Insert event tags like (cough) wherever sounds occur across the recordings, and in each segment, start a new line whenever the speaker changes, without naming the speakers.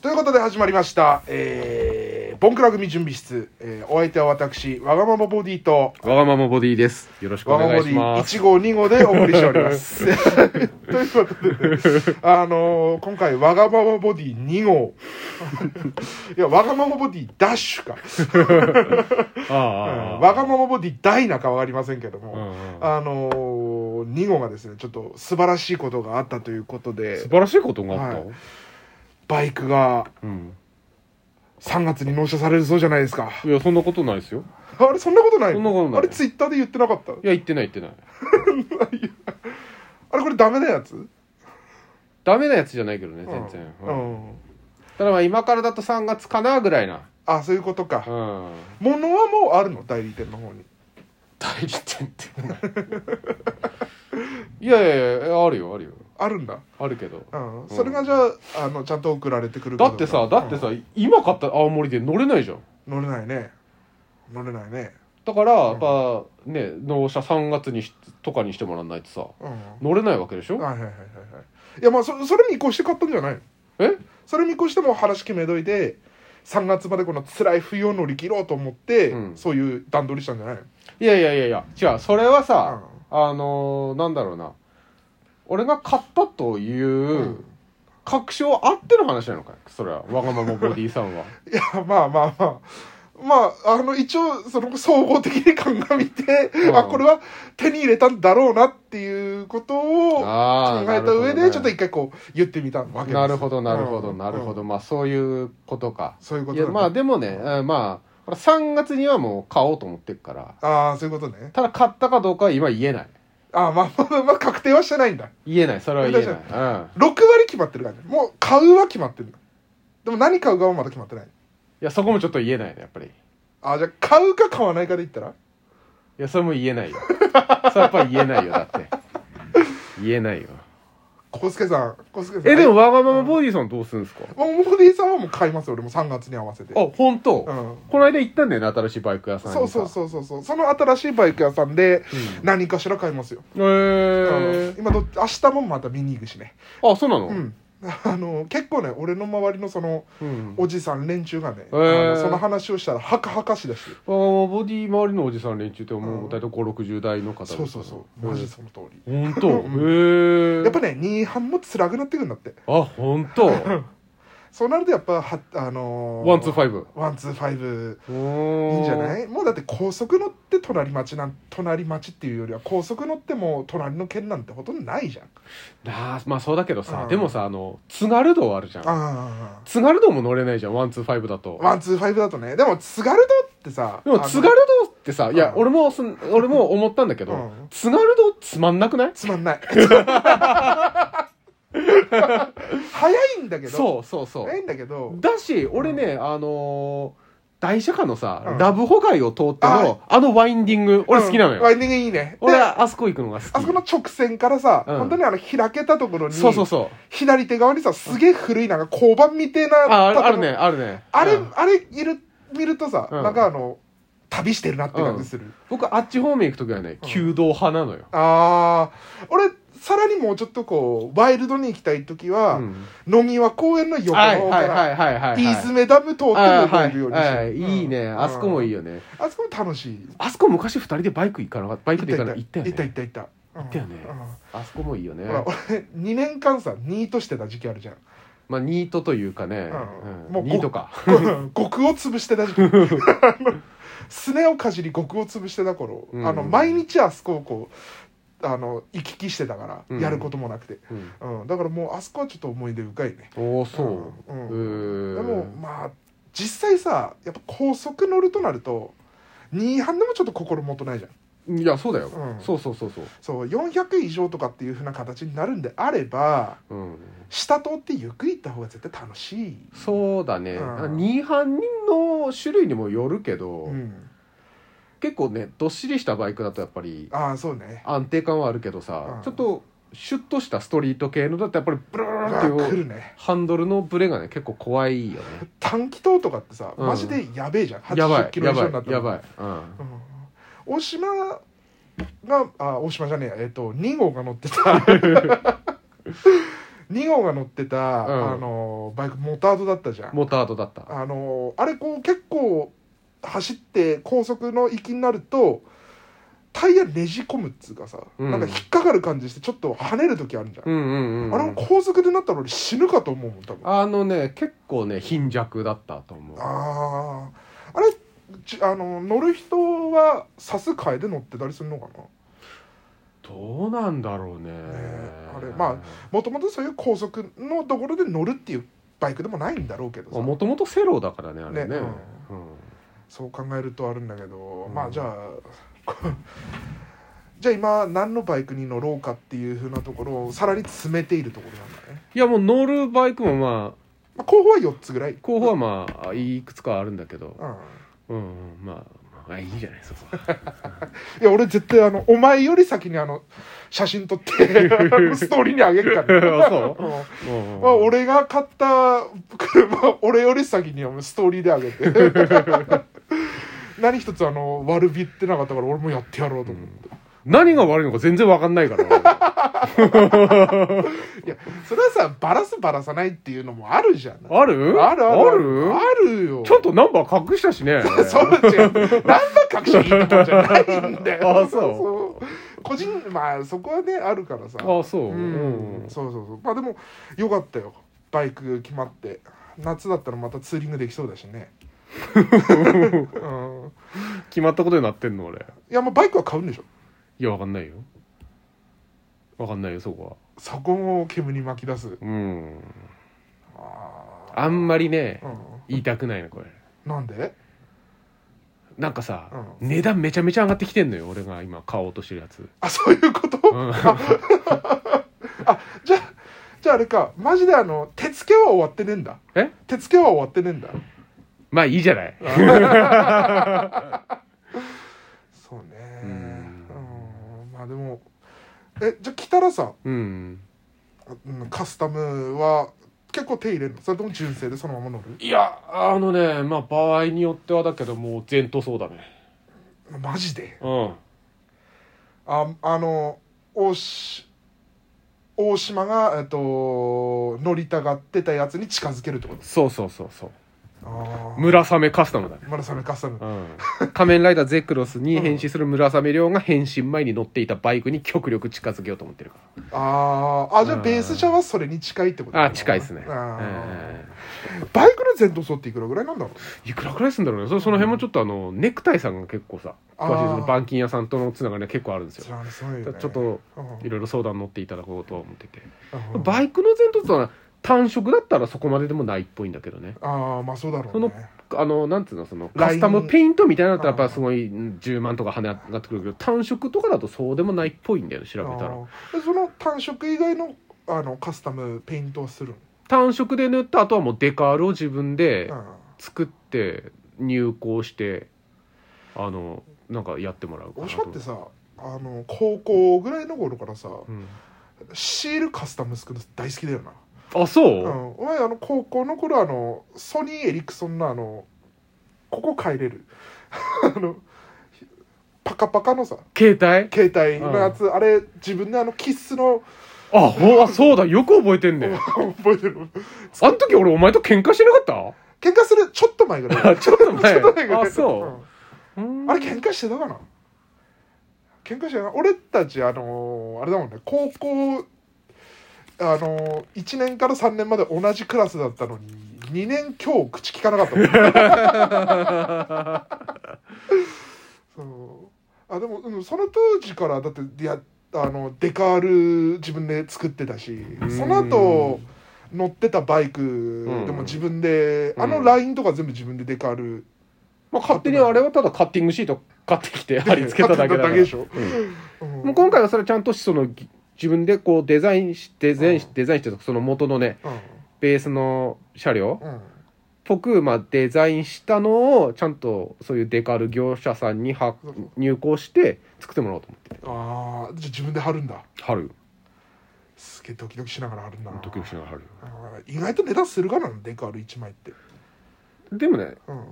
ということで始まりました、えー、ボンクラ組準備室、えーお相手は私わがままボディと
わがままボディです。よろしくお
わがまま
願い
ボ
し
ディ
ます。
1号2号でお送りしております
(laughs)
ということであのー今回わがままボディ2号いやわがままボディダッシュか
ああ
(laughs) わがままボディ大なかわかりませんけども、
うんうん
あのー、2号がですねちょっと素晴らしいことがあったということで
素晴らしいことがあった、
はいバイクが
うん。
3月に納車されるそうじゃないですか
いや、そんなことないですよ。
あれそんなことない
そんなことない
あれツイッターで言ってなかった
いや、言ってない言ってない。
あれこれダメなやつ
ダメなやつじゃないけどね、全然。
う
うん
ん、うん
ただまあ今からだと3月かなぐらいな。
あそういうことか
う、ん。
物はもうあるの代理店の方に
代理店って。いやいやいや、あるよ、あるよ。
あるんだ
あるけど。
うん、
ん
それがじゃああのちゃんと送られてくるか
だ
どう
っ
か
てさ、だってさ、今買った青森で乗れないじゃん。
乗れないね乗れないね
だから、やっぱね、納車3月にしとかにしてもらわないとさ、
うん
乗れないわけでしょ
はいはいはいはいはいいやまあそそれ見越して買ったんじゃないの
え
それ見越してもう話決めどいで3月までこの辛い冬を乗り切ろうと思って、
うん
そういう段取りしたんじゃないの、
いやいやいやいや、違う、それはさ、あのー、なんだろうな。俺が買ったといううん確証あっての話なのかいそれは、わがままボディさんは。
いやまあまあまあまああの一応その総合的に鑑みて、
うん
あこれは手に入れたんだろうなっていう (laughs) ことを考
あー
えた上で、ちょっと
なるほどね
一回こう言ってみたわけです
なるほど、なるほど、
うん
なるほ
う
ど。
ん
まあ、そういうことか。
そういうこ
い
と
や、
だね
まあ、でもね、うんまあ、これ3月にはもう買おうと思ってるから。
ああそういうことね
ただ、買ったかどうかは今言えない。
あーまあまあまあ、まあ、確定はしてないんだ
言えない、それは言えない。うん。
6割決まってる感じもう買うは決まってるでも何買うかはまだ決まってない
いや、そこもちょっと言えないね、やっぱり。い
あーじゃあ買うか買わないかで言ったら
や、それも言えないよ。 (laughs) それはやっぱり言えないよ、だって。言えないよ。
コスケさんコスケさん
えでもわがままボディさんどうするんですかあ
もうモディさんはもう買いますよ俺も3月に合わせて
本
う
当、
ん
この間行ったんだよね新しいバイク屋さんにさ
そうそうそうそうそうその新しいバイク屋さんで何かしら買いますよ、
へえ
うん今どっ明日もまた見に行くしね
あそうなの、
うん (laughs) あの結構ね俺の周りのその
うんわ
おじさん連中がね、
へー
あのその話をしたらはかはかしだして
がままボディ周りのおじさん連中ってもう大体560代の方です
そ
か
う
ら
そうそうマジその通り、
本当へえ
やっぱね2班も辛くなってくるんだって
あ本当
そうなるとやっぱはあの
ワンツ
フ
ーファイブ
ァイブワンツーファイブ
い
いいんじゃないいもうだって高速乗って隣町なん隣町っていうよりは高速乗ってもう隣の県なんてほとんどないじゃん
なあまあそうだけどさ、
うん
でもさあの津軽道あるじゃ
あ
ん
あ
津軽道も乗れないじゃんワンツーファイブだと
ワンツーファイブだとねでも津軽道ってさ
でも津軽道ってさいや
うん
俺もすん俺も思ったんだけど、
うん
津軽道つまんなくない
つまん
(laughs)
ない早いんだけど
そうそうそう
早いんだけど
だし俺ね、あのー大釈迦のさ、
うん
ラブホ街を通って
あ
のあのワインディング俺好きな
う
のよ、
んワインディングいいねで
俺
あ
あそこ行くのが好き
そこの直線からさ、
うん
本当にあの開けたところに
そうそうそう
左手側にさすげえ古いなんか交番みてえな
ああるあるね
建
あるね
物あれ、
うん
あれいる見るとさ、
うん
なんかあの旅してるなって感じする、
僕あっち方面行く時はね
うん
弓道派なのよ、
ああ俺さらにもうちょっとこうワイルドに行きたい時
う
は、
ん
野際公園の横の
はい
方か
はい
ら
はいはいはいはい
飯詰ダム通っても動いるようにし
はい
て
は
る
いいいね、
うん
あそこもいい
うん
よね
あそこも楽しい
あそこ昔二人でバイク行かなかったバイクで行かなかった行
行
っ
ったた
よ
行
ね
った行った行
ったよねあそこもいいよね
ほら (laughs) 俺2年間さニートしてた時期あるじゃん (laughs)
まあニートというかね、
うん
うん
もう
ニートか
極を潰してた時期 (laughs) あのすねをかじり極を潰してた頃、
うん
あの毎日あそこをこうあの行き来してたから、
うん
やることもなくて、
うん
うん、だからもうあそこはちょっと思い出深いね
おおそうう、
ん
う
で
ん、
もまあ実際さやっぱ高速乗るとなると2班でもちょっと心もとないじゃん
いやそうだよ、
うん
そうそうそうそう、
そう400以上とかっていうふうな形になるんであれば
うん、
下通ってゆっくり行った方が絶対楽しい、
そうだね、
うん
二班の種類にもよるけど、
うん、
結構ねどっしりしたバイクだとやっぱり
ああそうね
安定感はあるけどさ、
うん
ちょっとシュッとしたストリート系のだとやっぱりブル
あ
ー
あ
ン
来
っていう
るね
ハンドルのブレがね結構怖いよね
短気筒とかってさ
うん
マジでやべえじゃん、
やば
80
い
キロ
や
以上になっ
ばい
た
やば
い、
い、うん、
うん、大島があ大島じゃねえやえっ、と2号が乗ってた2号が乗ってた、
うん
あのバイクモタードだったじゃん
モタードだった
あのあれこう結構走って高速の行きになるとタイヤねじ込むっつうかさ、
うん
なんか引っかかる感じしてちょっと跳ねる時あるじゃん、
うんうんうん、うん、
あれも高速でなったら俺死ぬかと思うもん多分あ
あのね結構ね貧弱だったと思う
あーあれちあの乗る人はサス替えで乗ってたりするのかな
どうなんだろうね
あれまもともとそういう高速のところで乗るっていうバイクでもないんだろうけどさ
もともとセローだからねあれ
ね
ねうん
そう考えるとあるんだけど、
うん
まあじゃあ (laughs) こじゃあ今何のバイクに乗ろうかっていうふうなところをさらに詰めているところなんだね、
いやもう乗るバイクもまあ
まあ、候補は4つぐらい、
候補はまあいくつかあるんだけど
うん、
うん、うん、まあまあいいんじゃないですか
いや俺絶対あのお前より先にあの写真撮ってス
(laughs)
トーリーにあげるから、ね、
あそ
うん
うん
まあ、俺が買った車俺より先にはもうストーリーであげて (laughs) 何一つあの悪びってなかったから俺もやってやろうと思って、
何が悪いのか全然わかんな
(laughs)
いから
いやそれはさバラすバラさないっていうのもあるじゃん
俺ある
あるある
ある
あるよ
ちゃんとナンバー隠したしね
(laughs) そう違うナンバー隠しにいったもんじゃないんだよ
あそう
そう個人まあそこはねあるからさ
あそう、
うんそうそうそうまあでもよかったよバイク決まって夏だったらまたツーリングできそうだしね、うん
決まったことになってんの俺
いやまあバイクは買うんでしょ
いやわかんないよわかんないよそこは
そこも煙に巻き出す
うん
あ
あんまりね
ー、うん、
言いたくないのこれ
なんで
なんかさ、値段めちゃめちゃ上がってきてんのよ俺が今買おうとしてるやつ、
あそういうこと、 (laughs)
うん、
じゃあじゃああれかマジであの手付けは終わってねえんだ
え
手付けは終わってねえんだ
まあいいじゃない
そうね
うん
うんまあでもえじゃあ来たらさ、
うん
うんカスタムは結構手入れるのそれとも純正でそのまま乗る
いやあのねまあ場合によってはだけどもう全塗装だね
マジで
うん
ああの大し大島が、えっと、乗りたがってたやつに近づけるってこと
そうそうそうそう
ああ
村雨カスタムだね、
まだそれカスタム
うん、仮面ライダーゼクロスに変身する村雨亮が変身前に乗っていたバイクに極力近づけようと思ってるか
あーあじゃあ
うん
ベース車はそれに近いってこと
らあ近いですね、
あ
え
ーバイクの全塗装っていくらぐらいなんだろう
えいくらくらいするんだろうねそその辺もちょっとあのネクタイさんが結構さ詳しい
あー
その板金屋さんとのつながりが結構あるんです
そ
よ
れはねすごいよね
ちょっと
うん
いろいろ相談乗っていただこうとは思ってて
うん
バイクの前途とは単色だったらそこまででもないっぽいんだけどね
ああまあそうだろうね
あのなんつうのその
ラ
カ
イ
ス
ン
タムペイントみたいなのだったらやっぱすごいうん10万とか跳ね上がってくるけど単色とかだとそうでもないっぽいんだよね調べたら
あーでその単色以外のあのカスタムペイントをするの
単色で塗った後はもうデカールを自分で
うん
作って入稿してあのなんかやってもらうか
お
な
し
と
ゃってさあの高校ぐらいの頃からさ
うん
シールカスタム作るの大好きだよな
あそう
う、んお前あの高校の頃あのソニーエリクソンのあのここ変えれる (laughs) あのパカパカのさ
携帯
携帯のやつ、あれ自分であのキッスの (laughs)
あほあそうだよく覚えてんね
覚えてる
あん時俺お前と喧嘩してなかった
喧嘩するちょっと前ぐらい
あ (laughs) ちょっと前。
(laughs) ちょっと前ぐらい
あ、そうう。
んあれ喧嘩してたかな喧嘩してない俺たちあのーあれだもんね高校あのー、1年から3年まで同じクラスだったのに2年今日口聞かなかったもん
(laughs)
そうあでも、うん、その当時からだっていやあのデカール自分で作ってたし
ん
その後乗ってたバイクで
うん
も自分で、あ
う
の
ん
ラインとか全部自分でデカール
まあ、勝手にあれはただカッティングシート買ってきて貼り付けただけだから
でしょ、
うん
う
も
ん
う今回はそれちゃんとそのぎ自分でこうデザインしデザインしデザインしてその元のね
う
ベースの車両
んうん
僕まあデザインしたのをちゃんとそういうデカール業者さんには
そうそう
入稿して作ってもらおうと思って
ああじゃあ自分で貼るんだ
貼る
すげえドキドキしながら貼るんだな
ドキドキしながら貼る
あー意外と値段するかなデカール1枚って、
でもね
うん、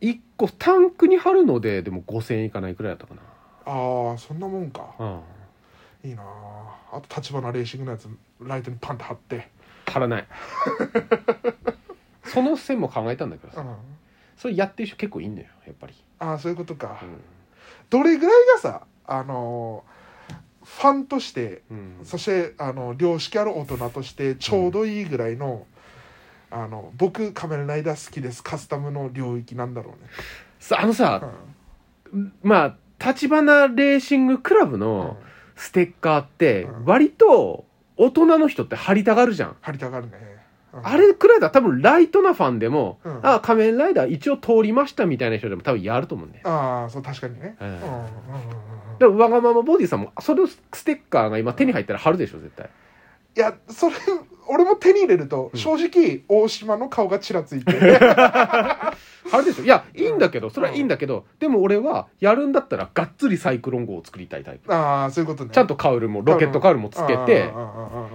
1個タンクに貼るのででも5000円いかないくらいだったか
ああそんなもんか
なうん
いいなああと立花レーシングのやつライトにパンって貼って
足ら (laughs) ないその線も考えたんだけど
う
さ
ん、
それやってる人結構いんのよやっぱり、
ああそういうことか、
う
どれぐらいがさあのーファンとして
んうん、
そしてあの良識ある大人としてちょうどいいぐらいの,、あの僕仮面ライダー好きですカスタムの領域なんだろうね、
さあの
う
さ、
ん
まあ立花レーシングクラブの
うん
ステッカーって
うん
割と大人の人って貼りたがるじゃん
張りたがるね、うん
あれくらいだったら多分ライトなファンでも、
うん
ああ仮面ライダー一応通りましたみたいな人でも多分やると思うんだよ
ああそう確かにね、
うん
うんうんうんうんうん
でもわがままボディさんもそれをステッカーが今手に入ったら貼るでしょ絶対
いやそれ俺も手に入れると、
うん
正直大島の顔がちらついて
(laughs) 貼るでしょいやいいんだけどそれはいいんだけどでも俺はやるんだったらがっつりサイクロン号を作りたいタイプ
ああそういうことね
ちゃんとカウルもロケットカウルもつけて
うんうんうんうんうんうん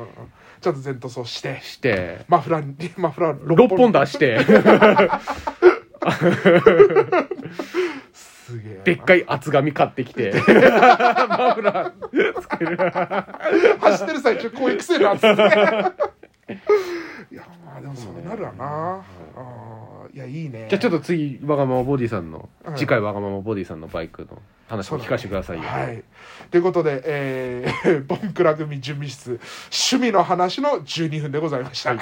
ちゃんと前塗装して
して
マフラーに (laughs) マフラー
6本出して
すげえな
でっかい厚紙買ってき (laughs) てマフラーつける
走ってる最中こういう癖なん
(laughs)
ですねいやまあでもそうなるわな、あーいやいいね
じゃあちょっと次わがままボディさんの、
うん
次回わがままボディさんのバイクの話も聞かせてくださいよ、
はい。ということで、 (laughs) えーボンクラ組準備室、趣味の話の12分でございました。
はい